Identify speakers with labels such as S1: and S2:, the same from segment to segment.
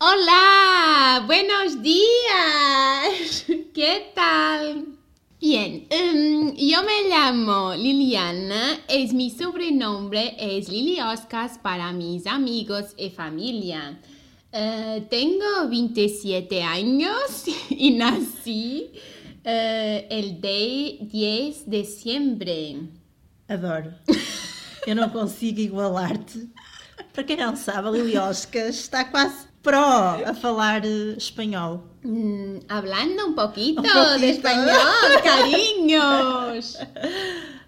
S1: Hola, buenos días. ¿Qué tal? Bien, em, yo me llamo Liliana, es mi sobrenombre, es Lili Oscars para mis amigos y familia. Eh, tengo 27 años y nací eh, el de 10 de diciembre.
S2: Adoro. Eu não consigo igualar-te. Para quem não sabe, a Lili Oscas está quase pró a falar eh, espanhol.
S1: Mm, hablando un poquito,
S2: Un poquito.
S1: de español, cariños.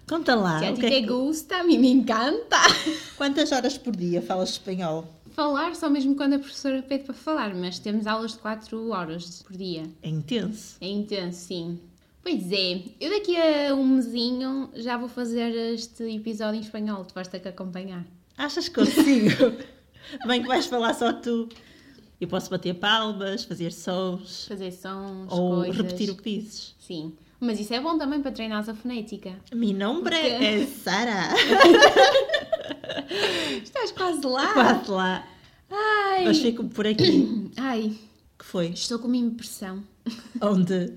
S2: Conta lá,
S1: Si a
S2: o
S1: ti
S2: que é
S1: te
S2: que-
S1: gusta, a mim me encanta.
S2: quantas horas por dia falas espanhol?
S1: Falar só mesmo quando a professora pede para falar, mas temos aulas de 4 horas por dia.
S2: É intenso.
S1: É intenso, sim. Pois é, eu daqui a um mesinho já vou fazer este episódio em espanhol, tu vais ter que acompanhar.
S2: Achas que consigo? Bem que vais falar só tu. Eu posso bater palmas, fazer sons
S1: Fazer sons,
S2: ou
S1: coisas.
S2: repetir o que dizes.
S1: Sim, mas isso é bom também para treinar a fonética.
S2: Mi nombre
S1: Ok.
S2: é Sara.
S1: Estás quase lá.
S2: Quase lá.
S1: Ai,
S2: Mas fico por aqui.
S1: ai,
S2: Que foi?
S1: estou com uma impressão.
S2: Onde?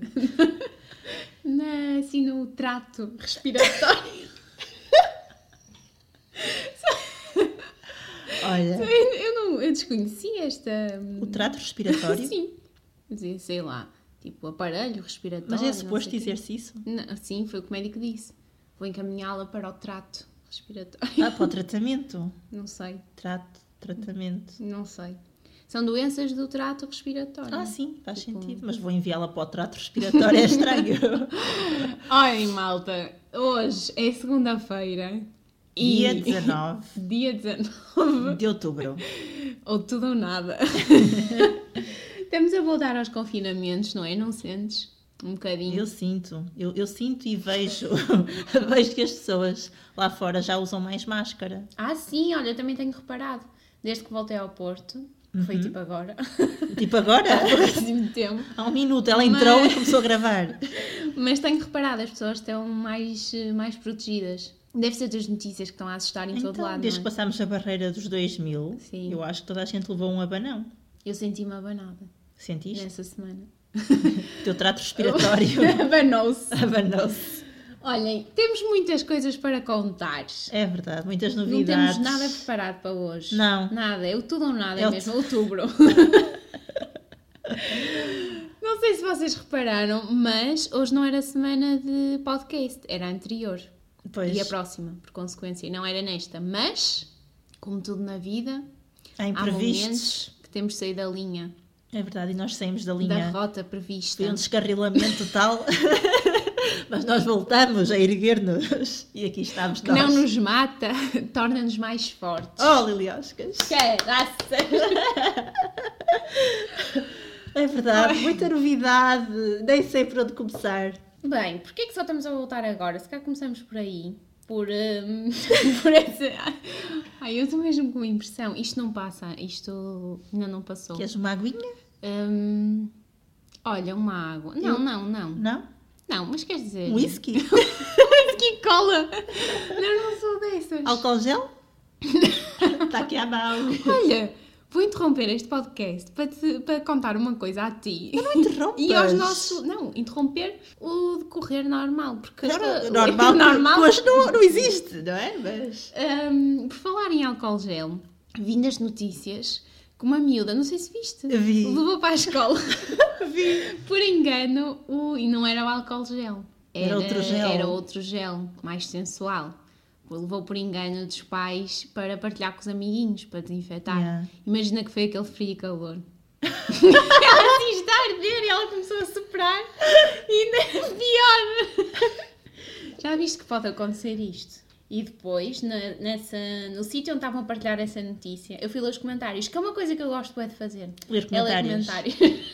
S1: Na, assim no trato respiratório.
S2: Olha.
S1: eu, eu não, eu desconheci esta.
S2: O trato respiratório?
S1: Sim. Dizia, sei lá, tipo aparelho respiratório.
S2: Mas é
S1: não
S2: suposto
S1: sei o quê.
S2: dizer-se isso?
S1: Não, sim, foi o que o médico disse. Vou encaminhá-la para o trato respiratório.
S2: Ah, para o tratamento.
S1: Não sei,
S2: Trato, tratamento.
S1: não sei. São doenças do trato respiratório.
S2: Ah, sim, faz
S1: Tipo-
S2: sentido. Mas vou enviá-la para o trato respiratório, é estranho.
S1: Ai, malta, hoje é segunda-feira. e-
S2: Dia 19
S1: Dia 19.
S2: de outubro.
S1: Ou tudo ou nada. Estamos a voltar aos confinamentos, não é? Não sentes? Um bocadinho.
S2: Eu sinto, eu, eu sinto e vejo, vejo que as pessoas lá fora já usam mais máscara.
S1: Ah, sim, olha, eu também tenho reparado. Desde que voltei ao Porto, que foi tipo agora,
S2: Tipo agora,
S1: próximo tempo.
S2: há um minuto, ela entrou
S1: Mas-
S2: e começou a gravar.
S1: Mas tenho reparado, as pessoas estão mais, eh, mais protegidas. Deve ser das notícias que estão a assustar em todo
S2: Então,
S1: lado.
S2: desde que
S1: não é?
S2: passámos a barreira dos 2000,
S1: Sim.
S2: eu acho que toda a gente levou um abanão.
S1: Eu senti-me abanada
S2: Sentiste?
S1: nessa semana.
S2: O teu trato respiratório
S1: Abanou-se.
S2: abanou-se.
S1: Olhem, temos muitas coisas para contar.
S2: É verdade, muitas
S1: Não temos
S2: novidades.
S1: nada preparado para hoje.
S2: Não.
S1: Nada, é o tudo ou nada, é
S2: É o
S1: mesmo outubro. não sei se vocês repararam, mas hoje não era semana de podcast, era a anterior.
S2: Pois,
S1: E é a próxima, por consequência, e não era nesta. Mas, como tudo na vida,
S2: há
S1: há
S2: imprevistos.
S1: momentos que temos de sair da linha,
S2: É verdade, e nós saímos da
S1: da
S2: linha.
S1: rota prevista.
S2: Foi um descarrilamento tal. Mas nós voltamos a erguer-nos. E aqui estamos
S1: Que
S2: nós.
S1: não nos mata, torna-nos mais fortes.
S2: Oh, Lilioscas.
S1: Caraças!
S2: É verdade, muita novidade. Nem sei por onde começar.
S1: Bem, porquê é que só estamos a voltar agora? Se calhar começamos por aí. Por, hum, por essa. Ai, eu estou mesmo com a impressão. Isto não passa, isto ainda não passou.
S2: Queres uma aguinha?
S1: Hum, olha, uma água. Não, não, não.
S2: Não?
S1: Não, mas quer dizer.
S2: Um whisky?
S1: Que cola! Não, não sou dessas.
S2: Álcool gel? Está aqui à mão.
S1: Olha, vou interromper este podcast para, te- para contar uma coisa a ti.
S2: Interrompas.
S1: E aos nossos. Não, interromper o decorrer normal. Porque
S2: Agora,
S1: o-
S2: normal,
S1: normal
S2: Mas não, não existe, não é? Mas...
S1: Hum, por falar em álcool gel, vim das notícias que uma miúda, não sei se viste,
S2: Vi.
S1: levou para a escola,
S2: Vi.
S1: por engano, o, e não era o álcool gel.
S2: Era outro gel.
S1: Era outro gel, mais sensual. Levou por engano dos pais para partilhar com os amiguinhos, para desinfetar.
S2: Yeah.
S1: Imagina que foi aquele frio e calor. ela quis dar ver e ela começou a soprar e ainda é pior. Já viste que pode acontecer isto? E depois, na- nessa, no sítio onde estavam a partilhar essa notícia, eu fui ler os comentários, que é uma coisa que eu gosto é de fazer.
S2: Ler
S1: É ler
S2: comentários.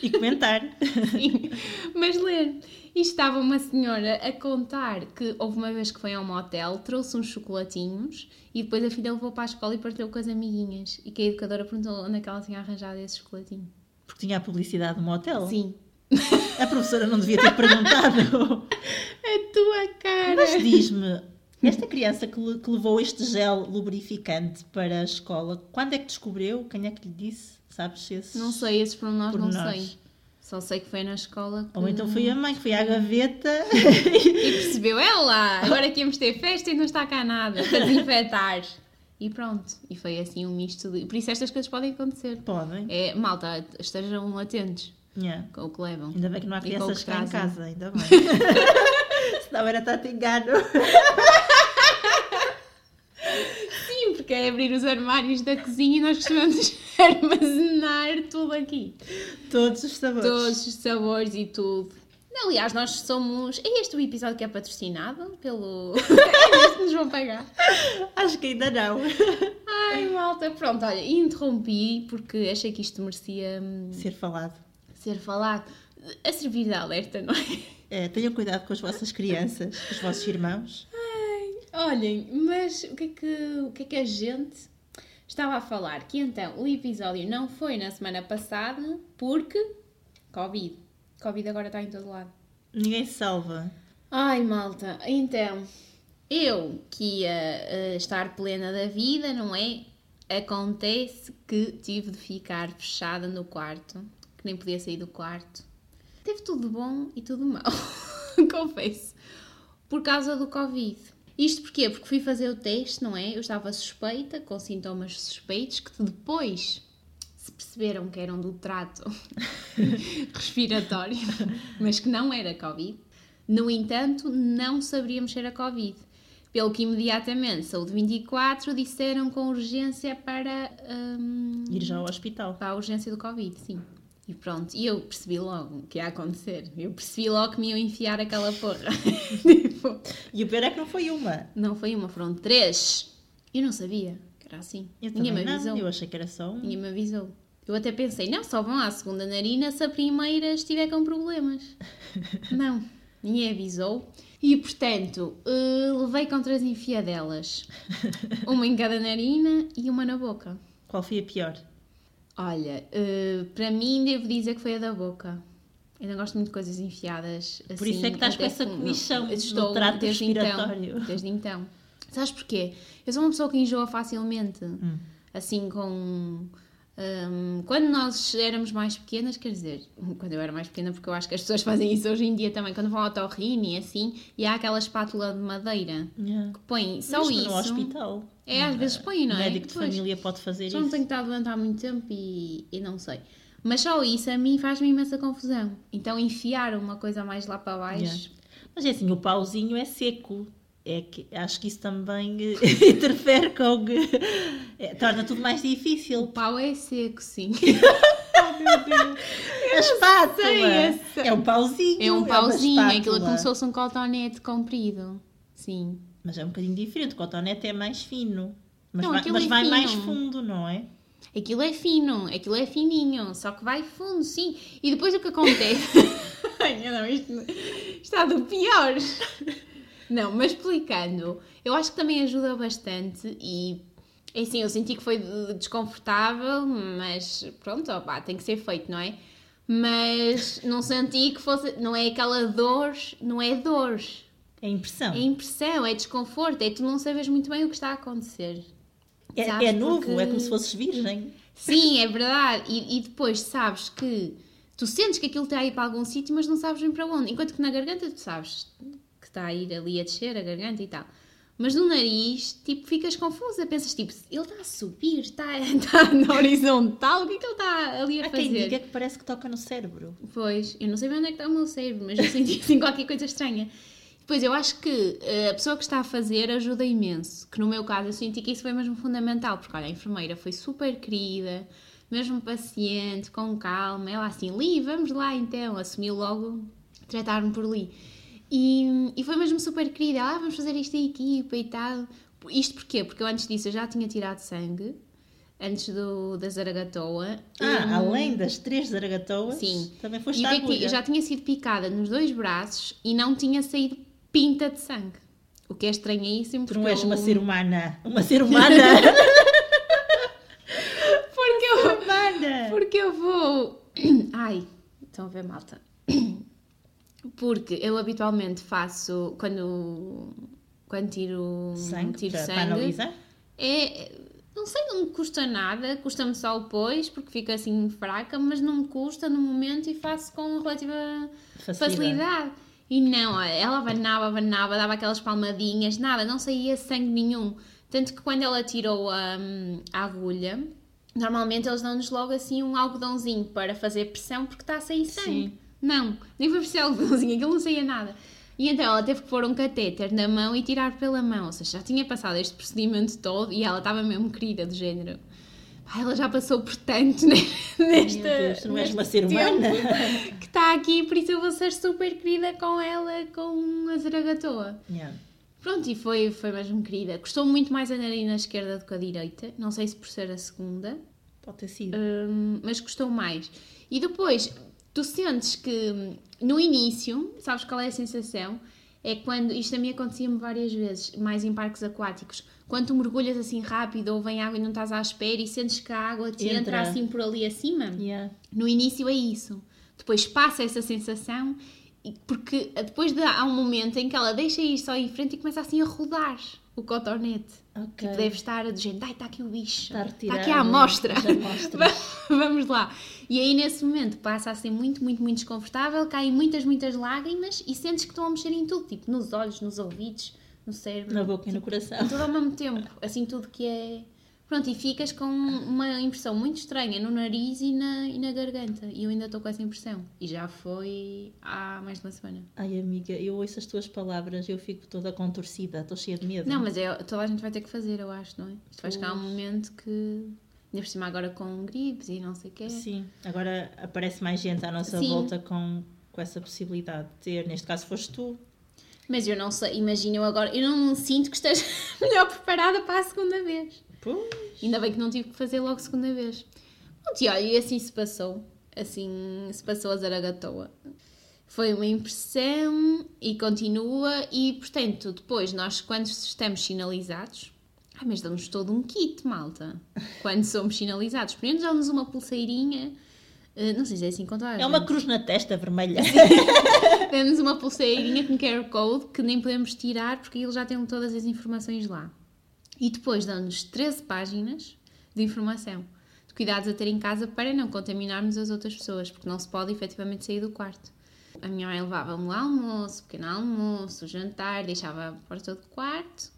S1: comentários.
S2: E comentar.
S1: Sim, mas ler. E estava uma senhora a contar que houve uma vez que foi a um motel, trouxe uns chocolatinhos e depois a filha levou para a escola e partilhou com as amiguinhas. E que a educadora perguntou onde é que ela tinha arranjado esse chocolatinho.
S2: Porque tinha a publicidade um do motel.
S1: Sim.
S2: É A professora não devia ter perguntado.
S1: A tua cara!
S2: Mas diz-me, Esta criança que, le- que levou este gel lubrificante para a escola, quando é que descobriu? Quem é que lhe disse? Sabes esses?
S1: Não sei, esses pormenores
S2: Por
S1: não
S2: nós.
S1: sei. Só sei que foi na escola que
S2: Ou então foi a mãe que foi à gaveta
S1: e percebeu, ela, agora que íamos ter festa e não está cá nada para desinfetar. E pronto, e foi assim um misto de... Por isso estas coisas podem acontecer.
S2: Podem.
S1: É, malta, estejam atentos
S2: Yeah.
S1: com o que levam.
S2: Ainda bem que não há
S1: E com o
S2: crianças
S1: que
S2: cá em
S1: trazem.
S2: casa, ainda bem. Senão era tanto engano.
S1: Sim, porque é abrir os armários da cozinha e nós costumamos armazenar tudo aqui.
S2: Todos os sabores.
S1: Todos os sabores e tudo. Aliás, nós somos. É este o episódio que é patrocinado pelo. é este que nos vão pagar.
S2: Acho que ainda não.
S1: Ai, malta, pronto, olha, interrompi porque achei que isto merecia hum,
S2: Ser falado.
S1: ser falado. A servir de alerta, não é?
S2: É, tenham cuidado com as vossas crianças, os vossos irmãos.
S1: Olhem, mas o que, é que, o que é que a gente estava a falar? Que então o episódio não foi na semana passada porque Covid. Covid agora está em todo lado.
S2: Ninguém se salva.
S1: Ai, malta, então eu que ia eh, estar plena da vida, não é? Acontece que tive de ficar fechada no quarto, que nem podia sair do quarto. Teve tudo bom e tudo mau, confesso, por causa do Covid. Isto porquê? Porque fui fazer o teste, não é? Eu estava suspeita, com sintomas suspeitos, que depois se perceberam que eram do trato respiratório, mas que não era Covid. No entanto, não saberíamos se era Covid. Pelo que imediatamente, saúde 24, disseram com urgência para, hum,
S2: Ir já ao hospital.
S1: para a urgência do Covid, sim. E pronto, e eu percebi logo o que ia acontecer. Eu percebi logo que me iam enfiar aquela porra. tipo,
S2: E o pior é que não foi uma.
S1: não foi uma, foram três. Eu não sabia que era assim.
S2: Eu
S1: Ninguém me
S2: também não,
S1: avisou.
S2: Eu achei que era só um.
S1: Ninguém me avisou. Eu até pensei, não, só vão à segunda narina se a primeira estiver com problemas. não, ninguém avisou. E portanto, eh, levei com três enfiadelas. Uma em cada narina e uma na boca.
S2: Qual foi a pior?
S1: Olha, eh, para mim devo dizer que foi a da boca. Eu não gosto muito de coisas enfiadas assim.
S2: Por isso é que estás com
S1: até
S2: essa
S1: fundo.
S2: comichão
S1: Eu
S2: no trato respiratório.
S1: Então, desde então. Sabes porquê? Eu sou uma pessoa que enjoa facilmente.
S2: Hum.
S1: Assim com... hum, quando nós éramos mais pequenas, quer dizer, quando eu era mais pequena, porque eu acho que as pessoas fazem isso hoje em dia também, quando vão ao torrine e assim, e há aquela espátula de madeira
S2: Yeah.
S1: que põem só
S2: Mesmo
S1: isso.
S2: no hospital.
S1: É, às vezes põem, não
S2: o
S1: é?
S2: médico de
S1: Pois.
S2: família pode fazer
S1: Já
S2: isso.
S1: não tenho estado doente há muito tempo e, e não sei. Mas só isso a mim faz-me imensa confusão. Então enfiar uma coisa mais lá para baixo.
S2: Yeah. Mas é assim, o pauzinho é seco. É que acho que isso também eh, interfere com. eh, é, torna tudo mais
S1: O
S2: difícil.
S1: pau é seco, sim. Oh,
S2: a espátula!
S1: sei, eu sei.
S2: É um pauzinho.
S1: É um
S2: uma
S1: pauzinho, é aquilo
S2: espátula.
S1: como se fosse um cotonete comprido. Sim.
S2: Mas é um bocadinho diferente, o cotonete é mais fino. Mas
S1: Não,
S2: vai,
S1: aquilo
S2: mas
S1: é
S2: vai
S1: fino.
S2: mais fundo, não é?
S1: Aquilo é fino, aquilo é fininho, só que vai fundo, sim. E depois o que acontece? Ai, não, isto está do pior. Não, mas explicando, eu acho que também ajuda bastante e é assim, eu senti que foi de- desconfortável, mas pronto, opá, tem que ser feito, não é? Mas não senti que fosse, não é aquela dor, não é dor,
S2: É impressão.
S1: é impressão, é desconforto, é tu não sabes muito bem o que está a acontecer.
S2: É,
S1: Sabes,
S2: é novo,
S1: porque-
S2: é como se fosses virgem.
S1: Sim, é verdade. E, e depois sabes que tu sentes que aquilo está a ir para algum sítio, mas não sabes bem para onde. Enquanto que na garganta tu sabes que está a ir ali a descer a garganta e tal. Mas no nariz, tipo, ficas confusa. Pensas, tipo, ele está a subir, está, está na horizontal, o que é que ele está ali a
S2: Há
S1: fazer?
S2: quem diga que parece que toca no cérebro.
S1: Pois, eu não sei bem onde é que está o meu cérebro, mas eu senti assim qualquer coisa estranha. Depois, eu acho que eh, a pessoa que está a fazer ajuda imenso. Que no meu caso, eu senti que isso foi mesmo fundamental, porque olha, a enfermeira foi super querida, mesmo paciente, com calma. Ela assim, Li, vamos lá então. Assumiu logo tratar-me por Li. E, e foi mesmo super querida. Ela, ah, vamos fazer isto em equipa e tal. Isto porquê? Porque eu antes disso eu já tinha tirado sangue, antes do, da Zaragatoa.
S2: Ah,
S1: Hum,
S2: além das três zaragatoas,
S1: Sim.
S2: também
S1: e
S2: foste
S1: o
S2: à
S1: que é que
S2: agulha.
S1: eu já tinha sido picada nos dois braços e não tinha saído pinta de sangue. O que é estranhíssimo
S2: Tu
S1: porque
S2: não és
S1: eu-
S2: uma ser humana. Uma ser humana!
S1: Porque eu,
S2: humana!
S1: porque eu vou... Ai, estão a ver malta. Porque eu habitualmente faço, quando, quando tiro um
S2: Sangue,
S1: tiro
S2: para
S1: sangue,
S2: analisar.
S1: é, não sei, não me custa nada, custa-me só depois, porque fica assim fraca, mas não me custa no momento e faço com relativa
S2: Facilidade.
S1: facilidade. E não, olha, ela abanava, abanava, dava aquelas palmadinhas, nada, não saía sangue nenhum. Tanto que quando ela tirou a, a agulha, normalmente eles dão-nos logo assim um algodãozinho para fazer pressão porque está a sair sangue.
S2: Sim.
S1: Não, nem foi preciso algodãozinho, aquilo não saía nada. E então ela teve que pôr um catéter na mão e tirar pela mão, ou seja, já tinha passado este procedimento todo e ela estava mesmo querida do género. "Pá, Ela já passou por tanto ne- nesta.
S2: Meu Deus, não
S1: neste
S2: és uma ser
S1: tempo."
S2: humana.
S1: que está aqui, por isso eu vou ser super querida com ela, com a Zaragatoa.
S2: Yeah.
S1: Pronto, e foi, foi mesmo querida. Custou muito mais a narina esquerda do que a direita, não sei se por ser a segunda,
S2: Pode ter sido.
S1: hum, mas custou mais. E depois, tu sentes que hum, no início, sabes qual é a sensação? É quando, isto a mim acontecia-me várias vezes, mais em parques aquáticos, quando tu mergulhas assim rápido ou vem água e não estás à espera e sentes que a água te entra,
S2: Entra.
S1: assim por ali acima.
S2: Yeah.
S1: No início é isso. Depois passa essa sensação, e- porque depois de, há um momento em que ela deixa ir só em frente e começa assim a rodar o cotornete.
S2: Ok.
S1: Tipo, deve estar do género, ai, está aqui o bicho,
S2: Está
S1: está
S2: retirado,
S1: aqui a amostra.
S2: as amostras.
S1: Vamos lá. E aí, nesse momento, passa a ser muito, muito, muito desconfortável, caem muitas, muitas lágrimas e sentes que estão a mexer em tudo, tipo, nos olhos, nos ouvidos, no cérebro,
S2: Na boca e no coração.
S1: tudo ao mesmo tempo, assim tudo que é. Pronto, e ficas com uma impressão muito estranha no nariz e na, e na garganta. E eu ainda estou com essa impressão. E já foi há mais de uma semana.
S2: Ai, amiga, eu ouço as tuas palavras, eu fico toda contorcida, estou cheia de medo.
S1: Não, mas é, toda a gente vai ter que fazer, eu acho, não é? Isto vai chegar a um momento que. Ainda por cima agora com gripes e não sei o quê.
S2: Sim, agora aparece mais gente à nossa
S1: Sim.
S2: volta com, com essa possibilidade de ter. Neste caso foste tu.
S1: Mas eu não sei, imagino eu agora, eu não sinto que esteja melhor preparada para a segunda vez.
S2: Pois.
S1: Ainda bem que não tive que fazer logo segunda vez. Pronto, e olha, e assim se passou. Assim se passou a Zaragatoa. Foi uma impressão e continua. E, portanto, depois nós, quando estamos sinalizados... Ai, mas damos todo um kit, malta. Quando somos sinalizados. Primeiro dão-nos uma pulseirinha. eh, Não sei se é assim contar.
S2: É uma cruz na testa vermelha.
S1: Temos uma pulseirinha com QR Code que nem podemos tirar porque eles já têm todas as informações lá. E depois dão-nos 13 páginas de informação, de cuidados a ter em casa para não contaminarmos as outras pessoas, porque não se pode efetivamente sair do quarto. A minha mãe levava-me lá almoço, pequeno almoço, jantar, deixava a porta do quarto,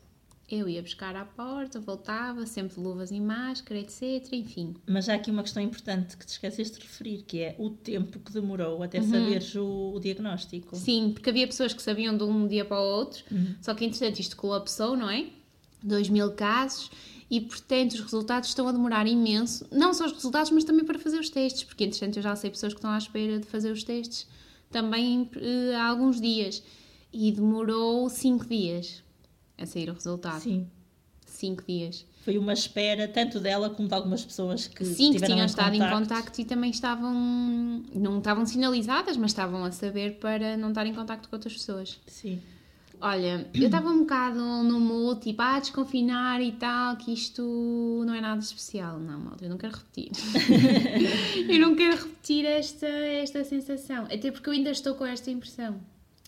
S1: eu ia buscar à porta, voltava, sempre de luvas e máscara, etc. Enfim.
S2: Mas há aqui uma questão importante que te esqueceste de referir, que é o tempo que demorou até saberes o, o diagnóstico.
S1: Uhum. Sim, porque havia pessoas que sabiam de um dia para o outro,
S2: Uhum.
S1: só que entretanto isto colapsou, não é? 2 mil casos e portanto os resultados estão a demorar imenso, não só os resultados, mas também para fazer os testes, porque entretanto eu já sei pessoas que estão à espera de fazer os testes também eh, há alguns dias e demorou 5 dias a sair o resultado.
S2: Sim.
S1: 5 dias.
S2: Foi uma espera, tanto dela como de algumas pessoas que
S1: Sim, que
S2: tiveram
S1: tinham estado em contacto e também estavam, não estavam sinalizadas, mas estavam a saber para não estar em contacto com outras pessoas.
S2: Sim.
S1: Olha, eu estava um bocado no mood, tipo, ah, desconfinar e tal, que isto não é nada especial. Não, malta, eu não quero repetir. eu não quero repetir esta, esta sensação. Até porque eu ainda estou com esta impressão.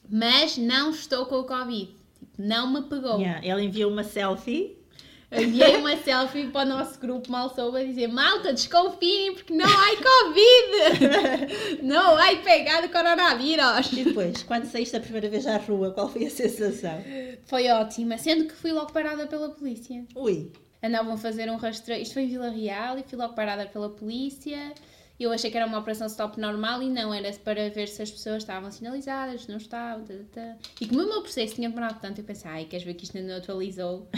S1: Mas não estou com o Covid. Tipo, não me pegou.
S2: Yeah, Ela enviou uma selfie.
S1: Eu enviei uma selfie para o nosso grupo, mal soube, a dizer, malta, desconfiem porque não há Covid. não há pegado coronavírus.
S2: E depois, quando saíste a primeira vez à rua, qual foi a sensação?
S1: Foi ótima, sendo que fui logo parada pela polícia.
S2: Ui,
S1: andavam a fazer um rastreio. Isto foi em Vila Real e fui logo parada pela polícia. Eu achei que era uma operação stop normal e não, era para ver se as pessoas estavam sinalizadas, se não estavam. tá, tá, tá. E como o meu processo tinha demorado tanto, eu pensei, ai, queres ver que isto ainda não atualizou?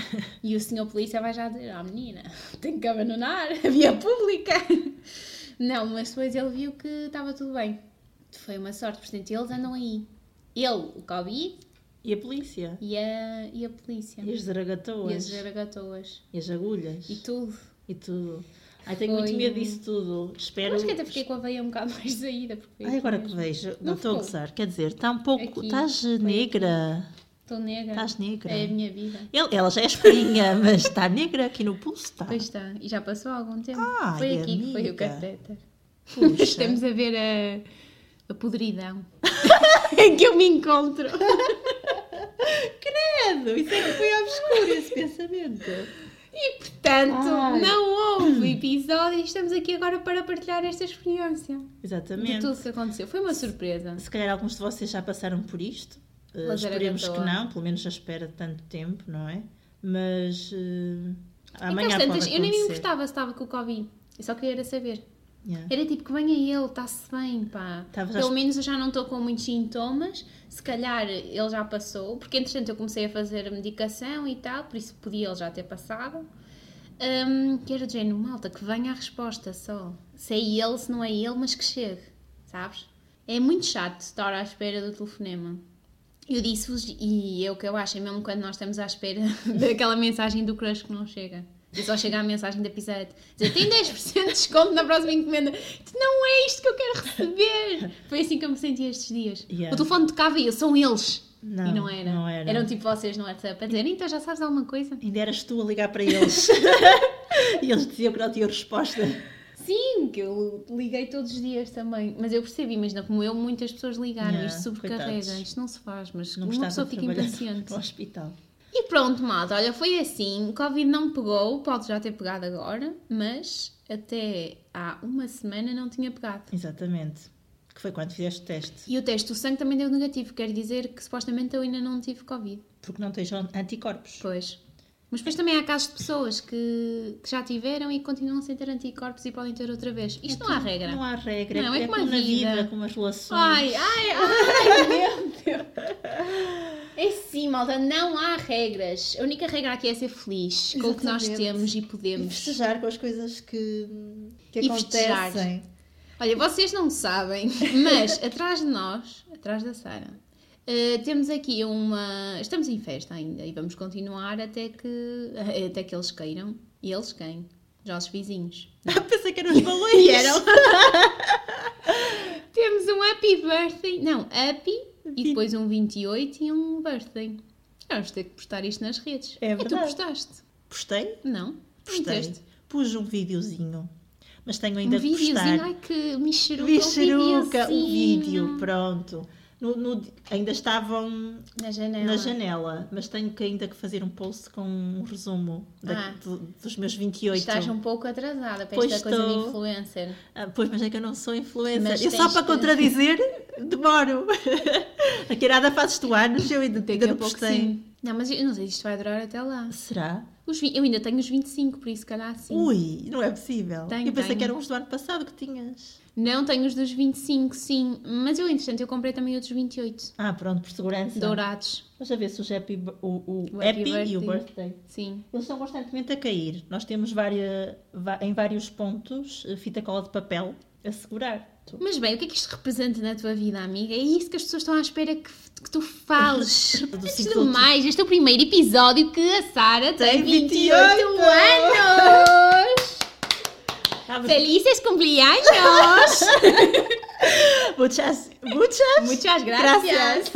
S1: e o senhor polícia vai já dizer, ah, menina, tenho que abandonar a via pública. não, mas depois ele viu que estava tudo bem. Foi uma sorte, portanto, eles andam aí. Ele, o Covid
S2: e a polícia?
S1: e a, e a polícia.
S2: E as
S1: E as
S2: zaragatoas?
S1: jaragatoas.
S2: E as agulhas?
S1: E tudo.
S2: E tudo. Ai, tenho
S1: Foi- um-
S2: muito medo disso tudo. Espero.
S1: Acho que até fiquei com a veia um bocado mais saída. Porque
S2: Ai, agora que vejo,
S1: Não
S2: não estou a
S1: ficou.
S2: gozar. Quer dizer, está um pouco.
S1: Aqui,
S2: Estás
S1: foi aqui.
S2: negra.
S1: Estou negra.
S2: Estás negra.
S1: É a minha vida.
S2: Ele- Ela já é escurinha, mas está negra aqui no pulso, tá? está.
S1: Pois está. E já passou há algum tempo.
S2: Ah. Ai,
S1: foi aqui que foi o
S2: amiga.
S1: catéter.
S2: Puxa.
S1: Estamos a ver a, a podridão em que eu me encontro.
S2: Credo, isso é que foi obscuro esse pensamento.
S1: E portanto,
S2: Ai.
S1: não houve episódio e estamos aqui agora para partilhar esta experiência de
S2: Exatamente.
S1: tudo o que aconteceu. Foi uma surpresa.
S2: Se calhar alguns de vocês já passaram por isto. Eh,
S1: Mas era
S2: esperemos
S1: à
S2: que
S1: toa.
S2: não, pelo menos já espera de tanto tempo, não é? Mas eh, amanhã
S1: Amanhã
S2: pode
S1: É tantas,
S2: acontecer.
S1: eu nem me importava se estava com o Covid. Eu só queria era saber.
S2: Yeah.
S1: Era tipo que venha ele, está-se bem, pá.
S2: Tava já
S1: Pelo
S2: esp-
S1: menos eu já não estou com muitos sintomas. Se calhar ele já passou, porque entretanto eu comecei a fazer a medicação e tal, por isso podia ele já ter passado. Hum, que era do género, malta, que venha a resposta só. Se é ele, se não é ele, mas que chegue, sabes? É muito chato estar à espera do telefonema. Eu disse-vos, e é o que eu acho, é mesmo quando nós estamos à espera daquela mensagem do crush que não chega. E só chega a mensagem da Pizza Hut. Dizer, tem 10% de desconto na próxima encomenda. Isto Não é isto que eu quero receber. Foi assim que eu me senti estes dias.
S2: Yeah.
S1: O telefone tocava e eu, são eles.
S2: Não,
S1: e não era.
S2: não era.
S1: Eram tipo vocês no WhatsApp a dizer, então já sabes alguma coisa?
S2: Ainda eras tu a ligar para eles. e eles diziam que não tinham resposta.
S1: Sim, que eu liguei todos os dias também. Mas eu percebi, imagina, como eu, muitas pessoas ligaram.
S2: Yeah,
S1: isto sobrecarrega,
S2: coitados.
S1: isto não se faz, mas
S2: Não
S1: uma
S2: gostava
S1: pessoa
S2: de
S1: fica
S2: trabalhar
S1: impaciente.
S2: no hospital.
S1: E pronto, malta, olha, foi assim. Covid não me pegou, pode já ter pegado agora, mas até há uma semana não tinha pegado.
S2: Exatamente. Que foi quando fizeste o teste.
S1: E o teste do sangue também deu negativo, quer dizer que supostamente eu ainda não tive Covid.
S2: Porque não tens anticorpos.
S1: Pois. Mas depois também há casos de pessoas que, que já tiveram e continuam sem ter anticorpos e podem ter outra vez. Isto não há regra.
S2: Não há regra.
S1: Não,
S2: é,
S1: é como a
S2: como na vida,
S1: vida,
S2: como as relações.
S1: Ai, ai, ai, meu Deus. É sim, malta, não há regras. A única regra aqui é ser feliz com o que nós
S2: Exatamente.
S1: temos e
S2: E
S1: podemos.
S2: festejar com as coisas que, que
S1: E festejar.
S2: acontecem.
S1: Olha, vocês não sabem, mas atrás de nós, atrás da Sara, eh, temos aqui uma. Estamos em festa ainda e vamos continuar até que, eh, até que eles queiram. E eles quem? Os nossos vizinhos.
S2: Pensei que eram os balões.
S1: E Ah, eram. Temos um happy birthday. Não, happy e depois um 28 e um birthday. Vamos ter que postar isto nas redes.
S2: É
S1: e tu
S2: verdade.
S1: postaste?
S2: Postei?
S1: Não? Não
S2: Postei.
S1: meteste?
S2: Pus um videozinho. Mas tenho
S1: Um
S2: ainda que
S1: videozinho.
S2: postar.
S1: Ai que mexeruca.
S2: Bicharuca,
S1: um
S2: o vídeo,
S1: videozinho.
S2: pronto. No- no- ainda estavam
S1: Na janela.
S2: na janela, mas tenho que ainda que fazer um post com um resumo da-
S1: Ah.
S2: do- dos meus 28.
S1: Estás um pouco atrasada para
S2: Pois
S1: esta coisa de
S2: estou.
S1: influencer.
S2: Ah, pois, mas é que eu não sou influencer.
S1: Mas
S2: eu só
S1: tens
S2: para
S1: que-
S2: contradizer, demoro. A queirada fazes tu anos, eu ainda,
S1: Daqui
S2: ainda
S1: a pouco
S2: postei.
S1: sim. Não, mas eu não sei se isto vai durar até lá.
S2: Será?
S1: Os vi- Eu ainda tenho os 25, por isso se calhar sim.
S2: Ui, não é possível.
S1: Tenho,
S2: eu pensei
S1: tenho.
S2: que eram os do ano passado que tinhas.
S1: Não tenho os dos 25, sim. Mas eu, entretanto, eu comprei também outros 28.
S2: Ah, pronto, por segurança.
S1: Dourados,
S2: Vamos a ver se os happy, b- o, o
S1: O happy
S2: happy, e o birthday.
S1: sim.
S2: Eles estão constantemente a cair. Nós temos vária, va- em vários pontos eh, fita cola de papel a segurar.
S1: Mas bem, o que é que isto representa na tua vida, amiga? É isso que as pessoas estão à espera que, que tu fales.
S2: Do
S1: Antes de
S2: ciclo de-
S1: mais, este é o primeiro episódio que a Sara tem
S2: Tem
S1: 28
S2: 28
S1: anos!
S2: Ah, mas-
S1: Felices
S2: Ah,
S1: cumpleaños!
S2: Muchas, muchas,
S1: Muchas gracias.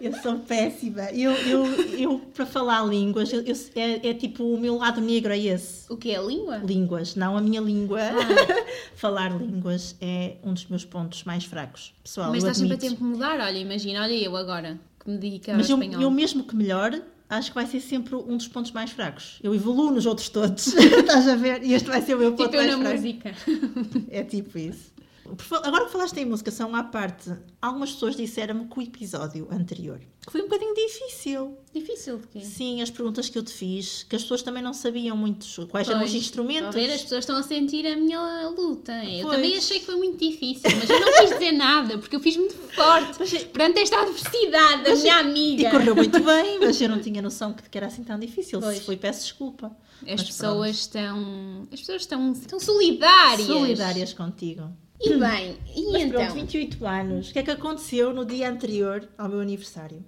S2: Eu sou péssima. Eu, eu, eu para falar línguas, eu- eu- é, é tipo o meu lado negro é esse.
S1: O que é a língua?
S2: Línguas, não a minha língua.
S1: Ah.
S2: falar línguas é um dos meus pontos mais fracos. Pessoal,
S1: Mas
S2: eu
S1: estás sempre a
S2: admito.
S1: tempo de mudar, olha, imagina, olha eu agora, que me dedico ao
S2: Mas eu,
S1: espanhol.
S2: eu mesmo que melhore, acho que vai ser sempre um dos pontos mais fracos. Eu evoluo nos outros todos. Estás a ver? E este vai ser o meu ponto
S1: Tipo eu
S2: mais
S1: na
S2: fraco.
S1: música.
S2: É tipo isso. Por fa- Agora que falaste em música, só uma à parte. Algumas pessoas disseram-me que o episódio anterior que foi um bocadinho difícil.
S1: Difícil de quê?
S2: Sim, as perguntas que eu te fiz, que as pessoas também não sabiam muito quais eram os
S1: Pois,
S2: instrumentos.
S1: estão a ver, as pessoas estão a sentir a minha luta. Eu
S2: Pois.
S1: também achei que foi muito difícil, mas eu não quis dizer nada, porque eu fiz muito forte perante esta adversidade da minha
S2: é- E
S1: amiga.
S2: correu muito bem, mas eu não tinha noção que que era assim tão difícil.
S1: Pois.
S2: Se foi, peço desculpa.
S1: As
S2: Mas
S1: pessoas estão. As pessoas estão, estão solidárias.
S2: pronto, solidárias contigo.
S1: E bem, e
S2: Mas
S1: então?
S2: pronto, 28 anos. O que é que aconteceu no dia anterior ao meu aniversário?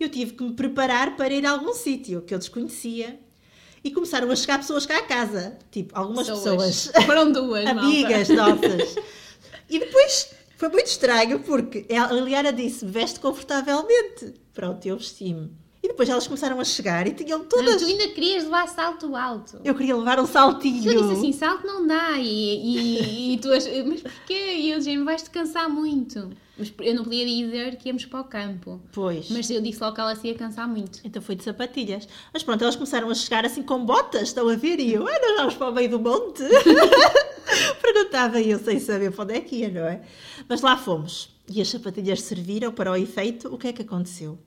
S2: Eu tive que me preparar para ir a algum sítio que eu desconhecia e começaram a chegar pessoas cá à casa. Tipo, algumas pessoas.
S1: Foram duas, malta.
S2: Amigas nossas. E depois foi muito estranho porque a Liliana disse: veste confortavelmente. Pronto, eu vesti-me. E E depois elas começaram a chegar e tinham todas.
S1: Não, tu ainda querias levar salto alto.
S2: Eu queria levar um saltinho.
S1: Eu disse assim, salto não dá. E, e, e tu ach... mas porquê? E eu dizia, vais-te cansar muito. Mas eu não podia dizer que íamos para o campo.
S2: Pois.
S1: Mas eu disse logo que ela se ia cansar muito.
S2: Então foi de sapatilhas. Mas pronto, elas começaram a chegar assim com botas, estão a ver? E eu, ah, nós vamos para o meio do monte. Perguntava eu sem saber para onde é que ia, não é? Mas lá fomos. E as sapatilhas serviram para o efeito. O que é que aconteceu?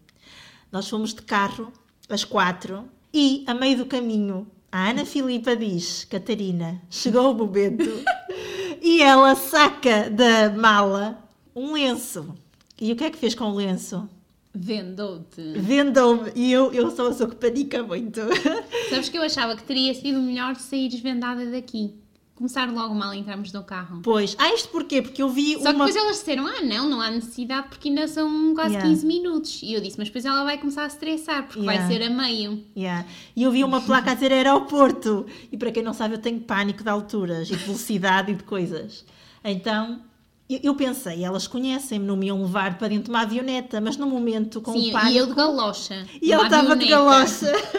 S2: Nós fomos de carro, as quatro, e a meio do caminho, a Ana Filipa diz: Catarina, chegou o momento. e ela saca da mala um lenço. E o que é que fez com o lenço?
S1: Vendou-te.
S2: Vendou-me. E eu, eu sou a pessoa que panica muito.
S1: Sabes que eu achava que teria sido melhor sair desvendada daqui. Começar logo mal entrarmos no carro.
S2: Pois. Ah, isto porquê? Porque eu vi
S1: Só que
S2: uma.
S1: depois elas disseram, ah não, não há necessidade porque ainda são quase
S2: Yeah.
S1: 15 minutos. E eu disse, mas depois ela vai começar a estressar porque
S2: Yeah.
S1: vai ser a meio.
S2: Yeah. E eu vi uma placa a dizer aeroporto. E para quem não sabe, eu tenho pânico de alturas e de velocidade e de coisas. Então. eu- Eu pensei, elas conhecem-me, não me iam levar para dentro de uma avioneta, mas no momento, com
S1: Sim,
S2: o pânico.
S1: e eu de galocha.
S2: E ela
S1: numa
S2: estava de
S1: avioneta.
S2: galocha.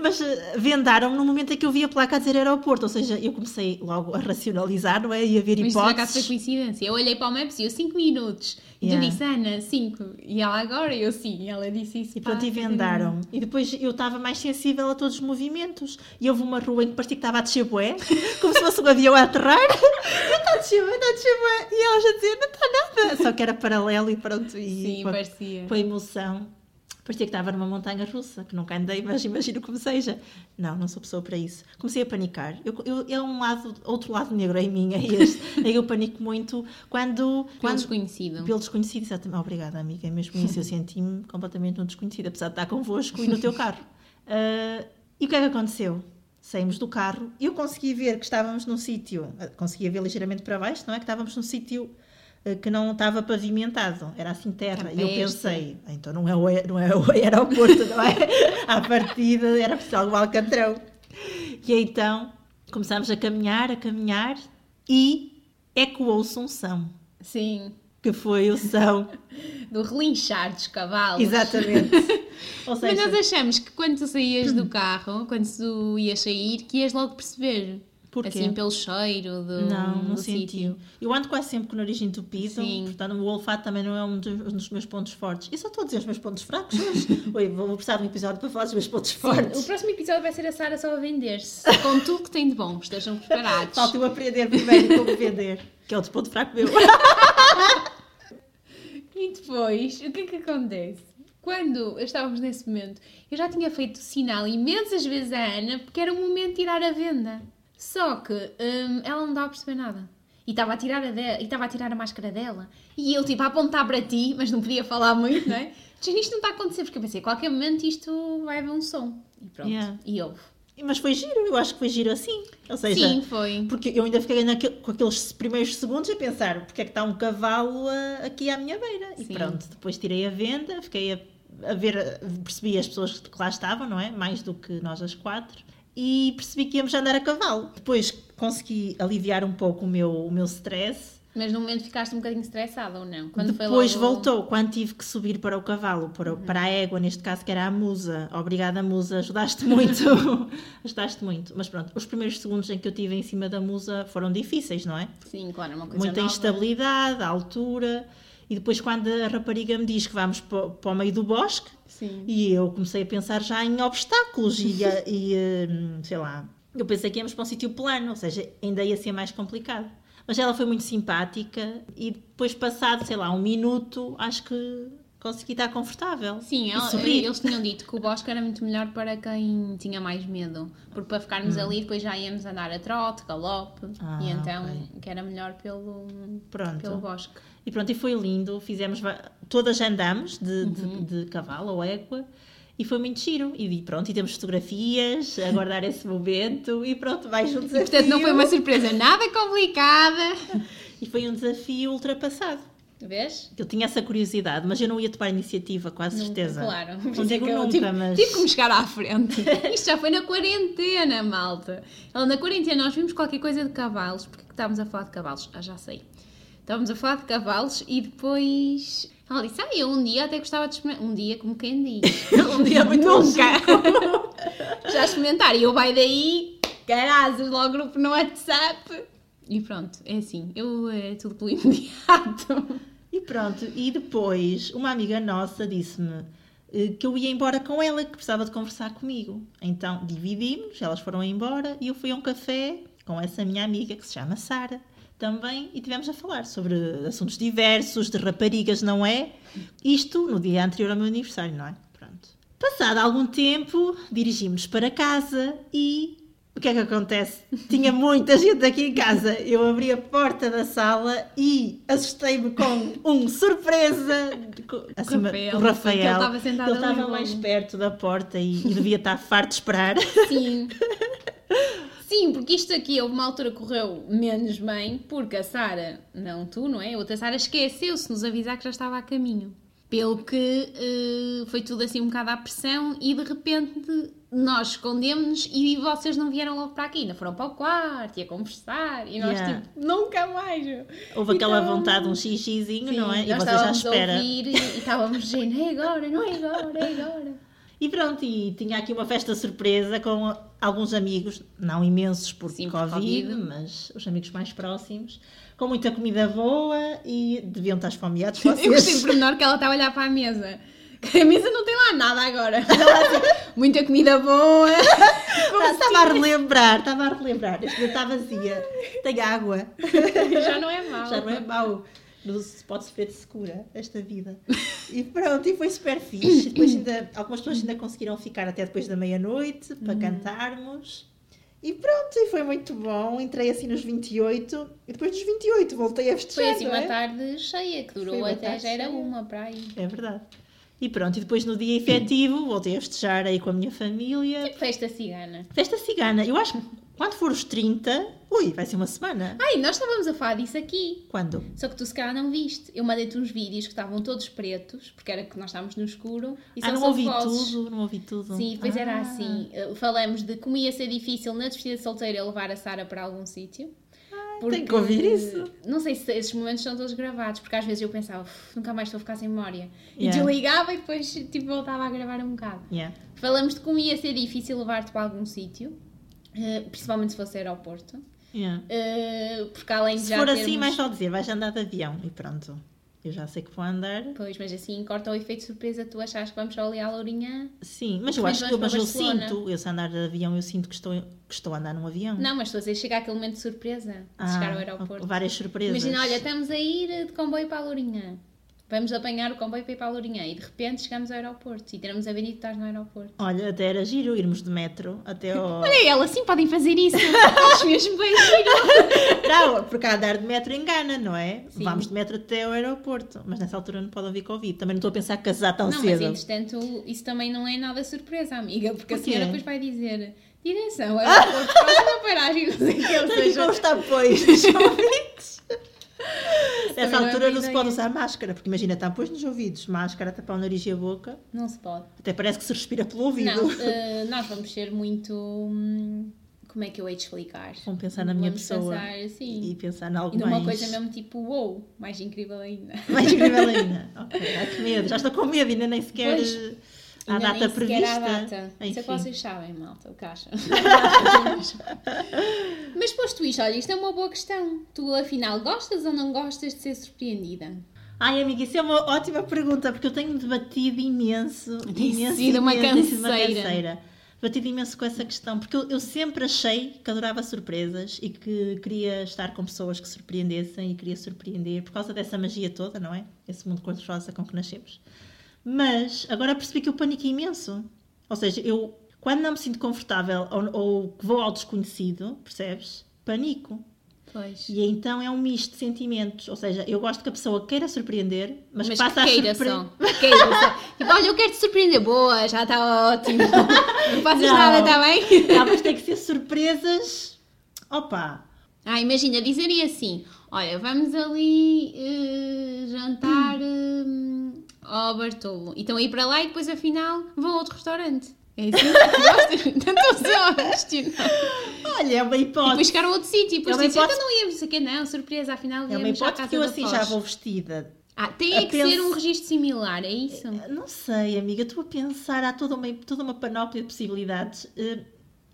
S2: Mas eh, vendaram-me no momento em que eu vi a placa a dizer aeroporto, ou seja, eu comecei logo a racionalizar, não é? E a ver
S1: Mas isso por acaso foi
S2: hipóteses.
S1: coincidência. Eu olhei para o Maps e eu 5 minutos. E
S2: Yeah.
S1: tu disse, Ana, 5. E ela agora, eu sim. E ela disse isso.
S2: E pronto,
S1: pá, é
S2: e vendaram. E depois eu estava mais sensível a todos os movimentos. E houve uma rua em que parecia que estava a descer bué, como se fosse um avião a aterrar. Não está a descer bué, está a descer bué. E elas a dizer, não está nada. Só que era paralelo e pronto. E
S1: Sim,
S2: com a-
S1: parecia.
S2: com a emoção. Parecia que estava numa montanha russa, que nunca andei, mas imagino como seja. Não, não sou pessoa para isso. Comecei a panicar. Eu, eu- é um lado, outro lado negro em mim, é este. eu panico muito quando.
S1: Quando
S2: quando
S1: desconhecido.
S2: pelo desconhecido, exatamente. Obrigada, amiga. É mesmo isso. Eu senti-me completamente no desconhecido, apesar de estar convosco e no teu carro. Ah, e o que é que aconteceu? Saímos do carro. Eu consegui ver que estávamos num sítio. ah, Conseguia ver ligeiramente para baixo, não é? Que estávamos num sítio ah, que não estava pavimentado. Era assim terra. E eu
S1: Campestre.
S2: pensei, "Ah, então não é, o, aer- não é o aeroporto, não é? À partida era preciso algum alcatrão. E então começámos a caminhar, a caminhar e ecoou-se um som
S1: Sim.
S2: que foi o São.
S1: Do relinchar dos cavalos.
S2: Exatamente. Ou
S1: Mas
S2: seja, Hum.
S1: nós achamos que quando tu saías do carro, quando tu ias sair, que ias logo perceber.
S2: Porquê?
S1: Assim, pelo cheiro do,
S2: não, não
S1: do sítio.
S2: senti. Eu ando quase sempre com o nariz entupido,
S1: Sim.
S2: portanto o olfato também não é um dos, um dos meus pontos fortes. Eu só estou a dizer os meus pontos fracos, mas Oi, vou vou precisar de um episódio para falar dos meus pontos
S1: O
S2: fortes.
S1: próximo episódio vai ser a Sara só a vender-se. Com tudo que tem de bom, estejam preparados.
S2: Falta eu aprender primeiro como vender, que é outro ponto fraco meu.
S1: E depois, o que é que acontece? Quando estávamos nesse momento, eu já tinha feito sinal imensas vezes à Ana porque era o momento de tirar a venda. Só que hum, ela não estava a perceber nada. E estava a, tirar a de- e estava a tirar a máscara dela. E eu, tipo, a apontar para ti, mas não podia falar muito, não é? Mas isto não está a acontecer, porque eu pensei, a qualquer momento isto vai haver um som. E pronto.
S2: Yeah.
S1: E houve.
S2: Mas foi giro, eu acho que foi giro assim. Ou seja,
S1: Sim, foi.
S2: porque eu ainda fiquei naquele- com aqueles primeiros segundos a pensar porque é que está um cavalo ah, aqui à minha beira. E
S1: Sim.
S2: pronto, depois tirei a venda, fiquei a, a ver, ah, percebi as pessoas que lá estavam, não é? Mais do que nós as quatro. E percebi que íamos andar a cavalo. Depois consegui aliviar um pouco o meu, o meu stress.
S1: Mas no momento ficaste um bocadinho estressada ou não? Quando foi
S2: depois
S1: logo- Uhum.
S2: voltou, quando tive que subir para o cavalo, para, o- para a égua, neste caso que era a musa. Obrigada, musa, ajudaste muito. ajudaste muito. Mas pronto, os primeiros segundos em que eu tive em cima da musa foram difíceis, não é?
S1: Sim, claro, é uma coisa
S2: muita
S1: nova.
S2: instabilidade, altura. E depois, quando a rapariga me diz que vamos para, o meio do bosque,
S1: Sim.
S2: e eu comecei a pensar já em obstáculos e, a- e, hum, sei lá. Eu pensei que íamos para um sítio plano, ou seja, ainda ia ser mais complicado. Mas ela foi muito simpática e depois, passado, sei lá, um minuto, acho que consegui estar confortável.
S1: Sim,
S2: E
S1: ela-
S2: sorrir.
S1: eles tinham dito que o bosque era muito melhor para quem tinha mais medo, porque para ficarmos ali depois já íamos andar a trote, galope,
S2: Hum. Ah,
S1: e então
S2: ok.
S1: que era melhor pelo,
S2: Pronto.
S1: pelo bosque.
S2: E pronto, e foi lindo. Fizemos, va- todas andamos de, de-
S1: Uhum.
S2: de cavalo ou égua e foi muito giro. E di- pronto, e temos fotografias a guardar esse momento e pronto, mais um desafio.
S1: Portanto, não foi uma surpresa nada complicada.
S2: E foi um desafio ultrapassado.
S1: Vês?
S2: Eu tinha essa curiosidade, mas eu não ia tomar iniciativa, com a certeza.
S1: Claro. é
S2: Não digo
S1: que eu
S2: nunca,
S1: tive,
S2: mas...
S1: tive que me chegar à frente. Isto já foi na quarentena, malta. Ela, na quarentena nós vimos qualquer coisa de cavalos. Porque que estávamos a falar de cavalos? Ah, já sei. Estávamos a falar de cavalos e depois. Ela disse: Ah, eu um dia até gostava de experimentar. Um dia, como quem diz.
S2: um dia muito
S1: Nunca! Já experimentar. E eu vai daí, carazes, logo grupo no WhatsApp. E pronto, é assim. Eu é tudo pelo imediato.
S2: E pronto, e depois uma amiga nossa disse-me eh, que eu ia embora com ela, que precisava de conversar comigo. Então dividimos, elas foram embora e eu fui a um café com essa minha amiga que se chama Sara também e tivemos a falar sobre assuntos diversos, de raparigas, não é? Isto no dia anterior ao meu aniversário, não é? Pronto. Passado algum tempo, dirigimos para casa e o que é que acontece? Tinha muita gente aqui em casa. Eu abri a porta da sala e assustei-me com um surpresa. com-
S1: Rafael,
S2: o
S1: porque ele
S2: Rafael.
S1: estava sentado
S2: Ele
S1: ali
S2: estava
S1: logo.
S2: mais perto da porta e, e devia estar farto de esperar.
S1: Sim. Sim, porque isto aqui houve uma altura que correu menos bem, porque a Sara, não tu, não é? A outra Sara esqueceu-se de nos avisar que já estava a caminho. Pelo que eh, foi tudo assim um bocado à pressão e de repente nós escondemos-nos e vocês não vieram logo para aqui, ainda foram para o quarto e a conversar e nós
S2: Yeah.
S1: tipo, nunca mais.
S2: Houve aquela
S1: Então,
S2: vontade, um xixizinho, não é?
S1: Sim,
S2: E
S1: nós
S2: vocês já
S1: estávamos a
S2: espera.
S1: ouvir e e estávamos dizendo, é agora, não é agora, é agora.
S2: E pronto, e tinha aqui uma festa surpresa com alguns amigos, não imensos por
S1: Sim, por
S2: COVID,
S1: Covid.
S2: mas os amigos mais próximos, com muita comida boa e deviam estar esfomeados
S1: Eu gostei do
S2: vocês.
S1: pormenor que ela está a olhar para a mesa. Que a mesa não tem lá nada agora. Mas ela assim, muita comida boa.
S2: Ah, Estava a relembrar, estava a relembrar. Este dia está vazia, tem água,
S1: Já não é mau.
S2: já não é mau. Não se pode sofrer de secura esta vida. E pronto, e foi super fixe. Depois ainda, algumas pessoas ainda conseguiram ficar até depois da meia-noite para
S1: Uhum.
S2: cantarmos. E pronto, e foi muito bom. Entrei assim nos 28 e depois dos 28 voltei a
S1: Foi
S2: festejar.
S1: assim
S2: não
S1: uma
S2: é?
S1: tarde cheia, que durou
S2: Foi uma
S1: até
S2: tarde
S1: já era
S2: cheia.
S1: uma para aí.
S2: É verdade. E pronto, e depois no dia efetivo voltei a festejar aí com a minha família.
S1: Tipo festa cigana.
S2: Festa cigana, eu acho que quando for os 30, ui, vai ser uma semana.
S1: Ai, nós estávamos a falar disso aqui.
S2: Quando?
S1: Só que tu se calhar não viste. Eu mandei-te uns vídeos que estavam todos pretos, porque era que nós estávamos no escuro. E
S2: ah,
S1: só
S2: não
S1: soube
S2: ouvi
S1: vozes.
S2: tudo, não ouvi tudo.
S1: Sim, depois era
S2: Ah.
S1: assim. eh, Falamos de como ia ser difícil na despedida de solteira levar a Sara para algum sítio.
S2: Ah, tem que ouvir isso.
S1: Não sei se esses momentos são todos gravados, porque às vezes eu pensava, "Uf, nunca mais estou a ficar sem memória. E
S2: Yeah.
S1: desligava e depois tipo, voltava a gravar um bocado.
S2: Yeah.
S1: Falamos de como ia ser difícil levar-te para algum sítio, eh, principalmente se fosse aeroporto.
S2: Yeah.
S1: Eh, porque além de
S2: Se
S1: já
S2: for
S1: termos...
S2: assim, mais só dizer, vais andar de avião e pronto. Eu já sei que vou andar.
S1: Pois, mas assim corta o efeito surpresa, tu achas que vamos só ali à Lourinhã?
S2: Sim,
S1: Depois
S2: mas eu acho que eu,
S1: vamos
S2: mas
S1: para
S2: eu
S1: Barcelona.
S2: sinto, eu se andar de avião, eu sinto que estou, que estou a andar num avião.
S1: Não, mas estou a dizer, chega aquele momento de surpresa, de
S2: Ah,
S1: chegar ao aeroporto.
S2: Várias surpresas.
S1: Imagina, olha, estamos a ir de comboio para a Lourinhã. Vamos apanhar o comboio para ir para a Lourinhã e de repente chegamos ao aeroporto e teremos a ver e estás no aeroporto.
S2: Olha, até era giro irmos de metro até ao.
S1: Olha ela, sim, podem fazer isso. Acho mesmo bem giro.
S2: Não, porque há andar de metro engana, não é?
S1: Sim.
S2: Vamos de metro até ao aeroporto. Mas nessa altura não pode ouvir Covid. Também não estou a pensar casar tão
S1: Não, mas
S2: cedo.
S1: entretanto, isso também não é nada surpresa, amiga, porque a
S2: Porquê?
S1: senhora depois vai dizer direção, aeroporto, próxima paragem, não sei o que, ou
S2: Tenho que
S1: seja,
S2: constar, pois, nos ouvidos.
S1: também
S2: Nessa
S1: não é
S2: altura
S1: boa
S2: não se
S1: ideia.
S2: pode usar máscara, porque imagina, tampões nos ouvidos, máscara, tapar o nariz e a boca,
S1: não se pode.
S2: até parece que se respira pelo
S1: Não,
S2: ouvido.
S1: eh, nós vamos ser muito. hum, Como é que eu hei de explicar?
S2: Vão pensar na minha
S1: Vamos
S2: pessoa
S1: Pensar, assim,
S2: e pensar em algo
S1: E numa
S2: mais,
S1: coisa mesmo tipo, uou, mais incrível ainda.
S2: mais incrível ainda. Ok, ai que medo, já estou com medo, ainda nem sequer
S1: Pois,
S2: eh, há
S1: Ainda
S2: data
S1: nem sequer
S2: prevista.
S1: há data. Isso é
S2: Enfim.
S1: que vocês sabem, malta, o que acham. Mas posto isto, olha, isto é uma boa questão. Tu afinal gostas ou não gostas de ser surpreendida?
S2: Ai, amiga, isso é uma ótima pergunta, porque eu tenho debatido imenso.
S1: Tem
S2: imenso,
S1: sido uma
S2: imenso, tem sido uma
S1: canseira.
S2: canseira. Debatido imenso com essa questão, porque eu, eu sempre achei que adorava surpresas e que queria estar com pessoas que surpreendessem e queria surpreender por causa dessa magia toda, não é? Esse mundo cor com que nascemos. Mas agora percebi que eu panico imenso. Ou seja, eu quando não me sinto confortável ou, ou que vou ao desconhecido, percebes? Panico.
S1: Pois.
S2: E então é um misto de sentimentos. Ou seja, eu gosto que a pessoa queira surpreender, mas,
S1: Mas,
S2: passa
S1: que queira
S2: a surpreender.
S1: só. que Queira só. Tipo, olha, eu quero te surpreender. Boa, já está ótimo. Não fazes
S2: Não.
S1: nada, está bem?
S2: Ah, mas tem que ser surpresas. Opa!
S1: Ah, imagina, dizeria assim: olha, vamos ali eh,
S2: Hum.
S1: jantar eh, ao Bartolo. Então ir para lá e depois, afinal, vão a outro restaurante. É assim que gostas? Não estou só a questionar.
S2: Olha, é uma
S1: E
S2: hipótese.
S1: depois chegaram a outro sítio e depois
S2: É uma
S1: dizem, então
S2: hipótese-
S1: não íamos, não sei o quê, não, surpresa, afinal
S2: É uma
S1: íamos já à
S2: hipótese
S1: casa
S2: que eu
S1: da
S2: assim
S1: Foz.
S2: já vou vestida.
S1: Ah, tem
S2: a
S1: é que ser
S2: penso-
S1: um registro similar, é isso?
S2: Não sei, amiga, estou a pensar, há toda uma, toda uma panóplia de possibilidades. Eh,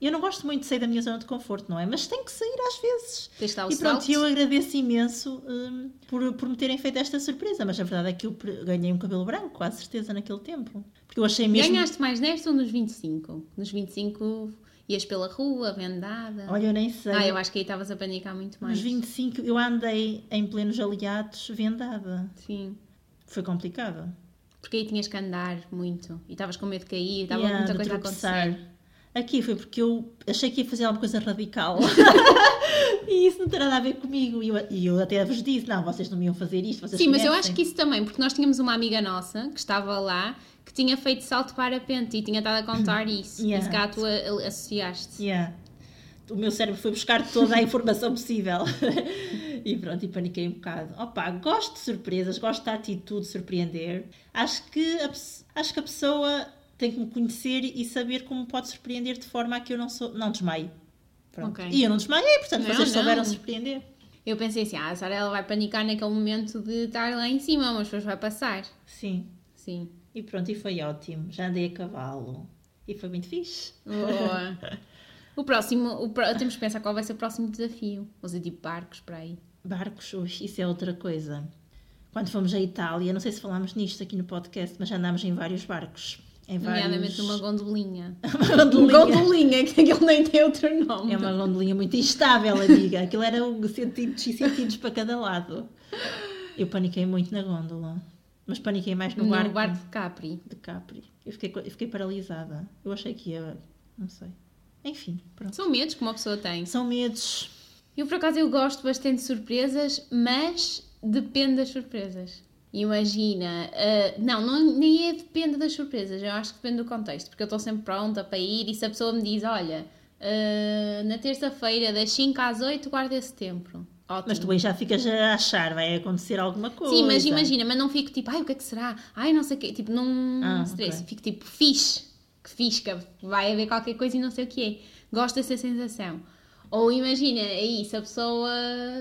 S2: Eu não gosto muito de sair da minha zona de conforto, não é? Mas tenho que sair às vezes.
S1: Tens lá É o
S2: E pronto,
S1: salto.
S2: eu agradeço imenso hum, por, por me terem feito esta surpresa, mas a verdade é que eu pre- ganhei um cabelo branco, com certeza, naquele tempo. Porque eu achei mesmo.
S1: Ganhaste mais nesta ou nos 25? Nos 25 ias pela rua, vendada.
S2: Olha, eu nem sei.
S1: ah, eu acho que aí estavas a panicar muito mais.
S2: Nos 25 eu andei em plenos aliados vendada.
S1: Sim.
S2: Foi complicado.
S1: Porque aí tinhas que andar muito. E estavas com medo de cair, estava
S2: Yeah,
S1: muita
S2: de
S1: coisa a
S2: tropeçar.
S1: acontecer.
S2: Aqui foi porque eu achei que ia fazer alguma coisa radical. e isso não terá nada a ver comigo. E eu, e eu até vos disse: não, vocês não me iam fazer isto. Vocês
S1: Sim, mas eu
S2: conhecem.
S1: acho que isso também, porque nós tínhamos uma amiga nossa que estava lá que tinha feito salto de parapente e tinha estado a contar isso.
S2: Yeah.
S1: E se cá tu a- a- associaste.
S2: Yeah. O meu cérebro foi buscar toda a informação possível. e pronto, e paniquei um bocado. Opa, gosto de surpresas, gosto da atitude de surpreender. Acho que a, pes- acho que a pessoa tem que me conhecer e saber como pode surpreender de forma a que eu não, sou, não desmaie. Pronto.
S1: Ok.
S2: E eu não desmaiei, portanto,
S1: Não,
S2: vocês souberam
S1: não.
S2: surpreender.
S1: Eu pensei assim, ah, a Sara ela vai panicar naquele momento de estar lá em cima, mas depois vai passar.
S2: Sim.
S1: Sim.
S2: E pronto, e foi ótimo. Já andei a cavalo. E foi muito fixe.
S1: Boa. O próximo, o pró- temos que pensar qual vai ser o próximo desafio. Vou dizer tipo barcos para aí.
S2: Barcos, ui, isso é outra coisa. Quando fomos à Itália, não sei se falámos nisto aqui no podcast, mas já andámos em vários barcos. Em
S1: Nomeadamente
S2: vários...
S1: numa gondolinha.
S2: uma
S1: Uma
S2: gondolinha.
S1: gondolinha, que aquele nem tem outro nome.
S2: É uma gondolinha muito instável, amiga. Aquilo era um centímetros e centímetros para cada lado. Eu paniquei muito na gôndola. Mas paniquei mais no,
S1: No
S2: barco,
S1: barco de Capri.
S2: de Capri. Eu fiquei, co- eu fiquei paralisada. Eu achei que ia... Não sei. Enfim, pronto.
S1: São medos que uma pessoa tem.
S2: São medos.
S1: Eu, por acaso, eu gosto bastante de surpresas, mas depende das surpresas. Imagina, ah, não, não, nem é depende das surpresas, eu acho que depende do contexto, porque eu estou sempre pronta para ir e se a pessoa me diz, olha, ah, na terça-feira das 5 às 8 guarda esse tempo. Ótimo.
S2: Mas tu aí já ficas a achar, vai acontecer alguma coisa.
S1: Sim, mas imagina, mas não fico tipo, ai, o que é que será? Ai, não sei o quê. Tipo, não
S2: Ah,
S1: stress.
S2: ok.
S1: Fico tipo, fixe, que fisca, vai haver qualquer coisa e não sei o que é. Gosto dessa sensação. Ou imagina, é isso, a pessoa.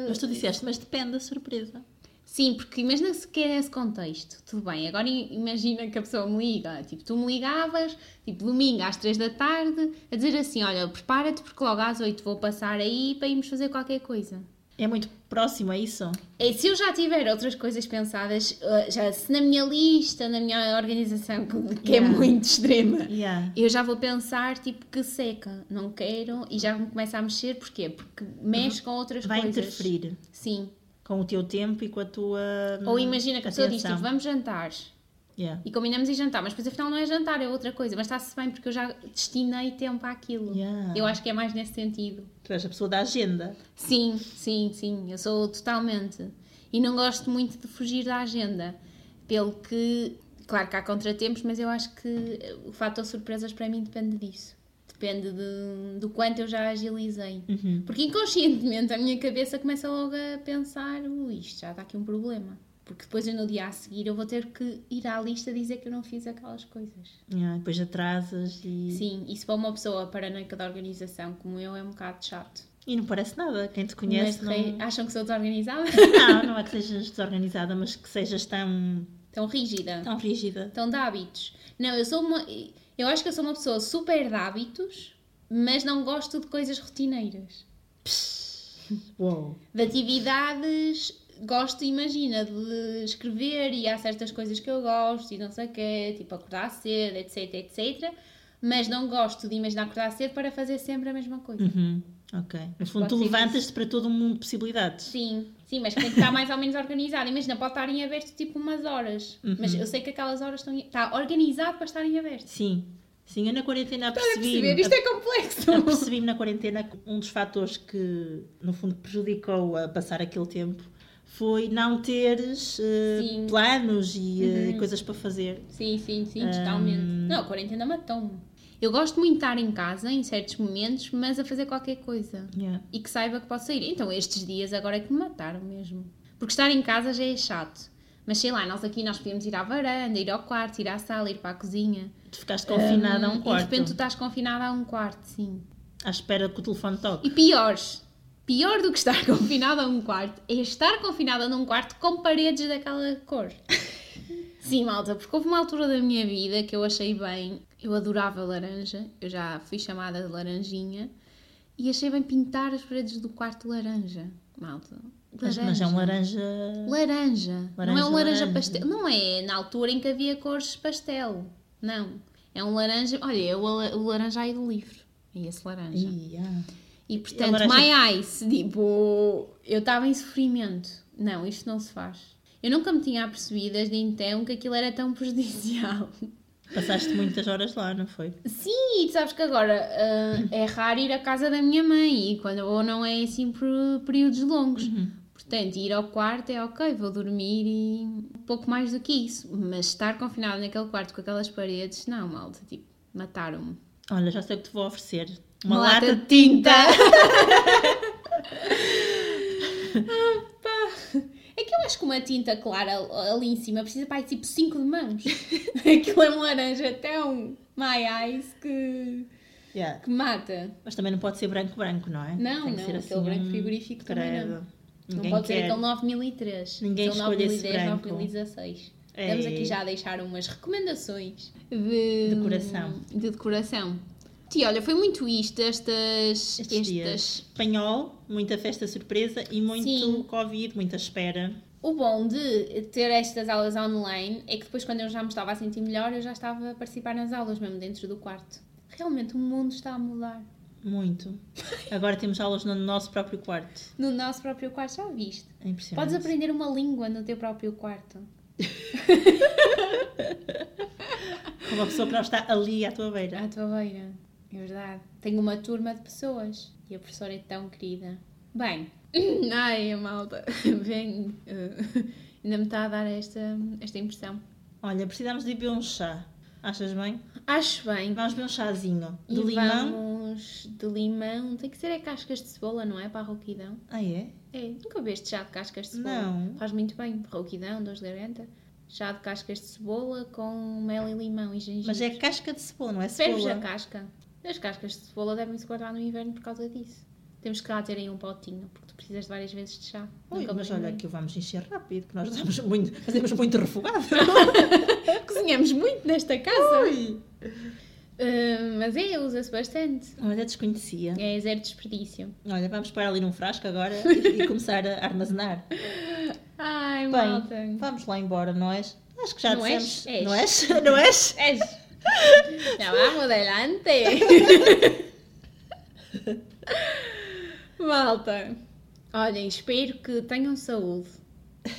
S2: Mas tu disseste, mas depende da surpresa.
S1: Sim, porque imagina se quer nesse contexto, tudo bem. Agora i- imagina que a pessoa me liga, tipo, tu me ligavas, tipo, domingo às três da tarde, a dizer assim: olha, prepara-te porque logo às oito vou passar aí para irmos fazer qualquer coisa.
S2: É muito próximo a isso?
S1: É, se eu já tiver outras coisas pensadas, uh, já se na minha lista, na minha organização, que que
S2: Yeah.
S1: é muito extrema,
S2: Yeah.
S1: eu já vou pensar tipo que seca, não quero e já me começa a mexer, porquê? Porque mexe com outras
S2: Vai
S1: coisas.
S2: interferir
S1: Sim.
S2: com o teu tempo e com a tua.
S1: Ou imagina que a pessoa diz tipo,
S2: atenção.
S1: vamos jantar
S2: Yeah.
S1: e combinamos ir jantar, mas depois afinal não é jantar, é outra coisa, mas está-se bem porque eu já destinei tempo àquilo.
S2: Yeah.
S1: Eu acho que é mais nesse sentido.
S2: Tu és a pessoa da agenda.
S1: Sim, sim, sim, eu sou totalmente. E não gosto muito de fugir da agenda. Pelo que, claro que há contratempos, mas eu acho que o fator surpresas para mim depende disso. Depende de- do quanto eu já agilizei.
S2: Uhum.
S1: Porque inconscientemente a minha cabeça começa logo a pensar: "Ui, isto já está aqui um problema. Porque depois eu, no dia a seguir eu vou ter que ir à lista dizer que eu não fiz aquelas coisas.
S2: Yeah, Depois atrasas e.
S1: Sim, isso para uma pessoa paranoica da organização como eu é um bocado chato.
S2: E não parece nada. Quem te conhece
S1: Mas rei-
S2: não. é?
S1: acham que sou desorganizada?
S2: Não, não é que sejas desorganizada, mas que sejas tão,
S1: Tão rígida,
S2: tão rígida.
S1: tão de hábitos. Não, eu sou uma. Eu acho que eu sou uma pessoa super de hábitos, mas não gosto de coisas rotineiras.
S2: Uou.
S1: De atividades, gosto, imagina, de escrever e há certas coisas que eu gosto e não sei o quê, tipo acordar cedo, etc, etc. Mas não gosto de imaginar acordar cedo para fazer sempre a mesma coisa.
S2: Uhum. Ok. No fundo, tu
S1: Pode ser
S2: levantas-te para todo um mundo de possibilidades.
S1: Sim, sim, mas tem que estar mais ou menos organizado. Imagina, pode estar em aberto tipo umas horas, mas eu sei que aquelas horas estão. em- Está organizado para estarem abertas.
S2: Sim. Sim, eu na quarentena
S1: Estás a perceber?
S2: apercebi-me.
S1: Isto é complexo.
S2: Eu percebi-me na quarentena que um dos fatores que, no fundo, prejudicou a passar aquele tempo foi não teres eh,
S1: Sim. Uhum.
S2: planos e eh, coisas para fazer.
S1: Sim, sim, sim, totalmente.
S2: Hum.
S1: Não, a quarentena matou-me. Eu gosto muito de estar em casa em certos momentos, mas a fazer qualquer coisa.
S2: Yeah.
S1: E que saiba que posso sair. Então, estes dias agora é que me mataram mesmo. Porque estar em casa já é chato. Mas sei lá, nós aqui nós podemos ir à varanda, ir ao quarto, ir à sala, ir para a cozinha. Hum,
S2: Tu ficaste confinada a um quarto.
S1: E de repente tu estás confinada a um quarto, sim.
S2: À espera que o telefone toque.
S1: E piores, pior do que estar confinada a um quarto, é estar confinada num quarto com paredes daquela cor. Sim, malta, porque houve uma altura da minha vida que eu achei bem, eu adorava laranja, eu já fui chamada de laranjinha, e achei bem pintar as paredes do quarto laranja, malta.
S2: Mas, mas é um laranja.
S1: Laranja. Não é
S2: Laranja,
S1: um laranja,
S2: laranja.
S1: pastel. Não é na altura em que havia cores pastel. Não. É um laranja. Olha, é o, la- o laranja aí do livro. É esse laranja.
S2: Ih, ah.
S1: E portanto,
S2: laranja-
S1: my eyes, tipo, eu estava em sofrimento. Não, isto não se faz. Eu nunca me tinha apercebido desde então que aquilo era tão prejudicial.
S2: Passaste muitas horas lá, não foi?
S1: Sim, e tu sabes que agora ah, é raro ir à casa da minha mãe e quando eu vou não é assim por períodos longos. Portanto, ir ao quarto é ok, vou dormir e um pouco mais do que isso. Mas estar confinada naquele quarto com aquelas paredes, não, malta, tipo, mataram-me.
S2: Olha, já sei o que te vou oferecer.
S1: Uma lata de É que eu acho que uma tinta clara ali em cima precisa para aí, tipo 5 de mãos. Aquilo é um laranja tão my eyes que,
S2: Yeah.
S1: que mata.
S2: Mas também não pode ser branco-branco, não é?
S1: Não,
S2: Tem que
S1: não,
S2: ser
S1: aquele
S2: assim
S1: branco
S2: um
S1: frigorífico também
S2: credo.
S1: Não
S2: Ninguém
S1: pode ser
S2: quer.
S1: aquele 9003.
S2: Ninguém
S1: aquele
S2: escolhe esse
S1: 9010,
S2: branco.
S1: 9016.
S2: É.
S1: Estamos aqui já a deixar umas recomendações de
S2: Decoração.
S1: De decoração. Tia, olha, foi muito isto, estas.
S2: Estes dias. Espanhol, muita festa surpresa e muito
S1: Sim.
S2: Covid, muita espera.
S1: O bom de ter estas aulas online é que depois, quando eu já me estava a sentir melhor, eu já estava a participar nas aulas, mesmo dentro do quarto. Realmente o mundo está a mudar.
S2: Muito. Agora temos aulas no nosso próprio quarto.
S1: No nosso próprio quarto, já viste?
S2: É impressionante.
S1: Podes aprender uma língua no teu próprio quarto.
S2: Com uma pessoa que não está ali à tua beira.
S1: À tua beira. É verdade. Tenho uma turma de pessoas e a professora é tão querida. Bem, ai, a malta. Bem, eh, ainda me está a dar esta, esta impressão.
S2: Olha, precisamos de ir beber um chá. Achas bem?
S1: Acho bem.
S2: Vamos beber um chazinho. De
S1: e
S2: limão.
S1: vamos de limão. Tem que ser é cascas de cebola, não é? Para a rouquidão.
S2: Ah, é?
S1: É, nunca bebeste chá de cascas de cebola?
S2: Não.
S1: Faz muito bem. Rouquidão, dores de garganta. Chá de cascas de cebola com mel e limão e gengibre.
S2: Mas é casca de cebola, não é
S1: Ferves a
S2: cebola?
S1: casca. As cascas de cebola devem-se guardar no inverno por causa disso. Temos que lá ter aí um potinho, porque tu precisas de várias vezes de chá.
S2: Ui,
S1: Nunca
S2: mas
S1: bem
S2: olha,
S1: bem.
S2: aqui o vamos encher rápido, que nós damos muito, fazemos muito refogado.
S1: Cozinhamos muito nesta casa.
S2: Ui.
S1: Ah, mas é, usa-se bastante.
S2: Mas eu desconhecia.
S1: É zero desperdício.
S2: Olha, vamos pôr ali num frasco agora e, e começar a armazenar.
S1: Ai, malta.
S2: Bem, vamos lá embora, nós. Acho que já
S1: Não és?
S2: dissemos.
S1: És.
S2: Não és? Não és?
S1: Es. Ya vamos, adelante. Malta. Olhem, espero que tenham saúde.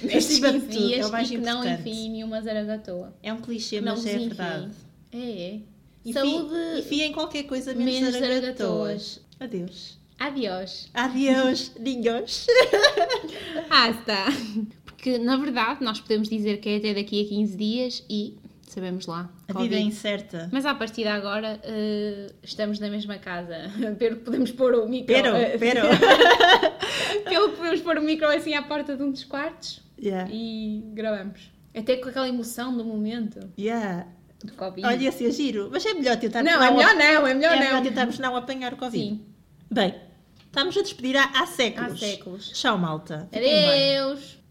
S1: Nestes
S2: Acima de
S1: 15
S2: tudo, é o
S1: dias
S2: mais
S1: e que não
S2: importante.
S1: enfiem nenhuma zaragatoa.
S2: É um clichê,
S1: Não
S2: mas
S1: vos
S2: é
S1: enfiem.
S2: verdade.
S1: É, é.
S2: E fi- e
S1: Saúde.
S2: fia em qualquer coisa menos,
S1: menos
S2: zaragatoas. Adeus.
S1: Adiós.
S2: Adeus, ninhos.
S1: Hasta. Porque, na verdade, nós podemos dizer que é até daqui a 15 dias e sabemos lá.
S2: A
S1: Covid.
S2: vida é incerta.
S1: Mas a partir de agora eh, estamos na mesma casa. Pero, podemos pôr o micro.
S2: Pero,
S1: eh,
S2: pero.
S1: Pelo que podemos pôr o micro assim à porta de um dos quartos
S2: Yeah.
S1: e gravamos. Até com aquela emoção do momento
S2: Yeah.
S1: do Covid.
S2: Olha, esse é giro. Mas é melhor tentarmos
S1: não, é melhor
S2: ap-
S1: não, é melhor
S2: é
S1: não.
S2: melhor tentarmos não apanhar o Covid.
S1: Sim,
S2: Bem, estamos a despedir há, há séculos.
S1: há séculos.
S2: Tchau, malta. Fiquem bem.
S1: Adeus.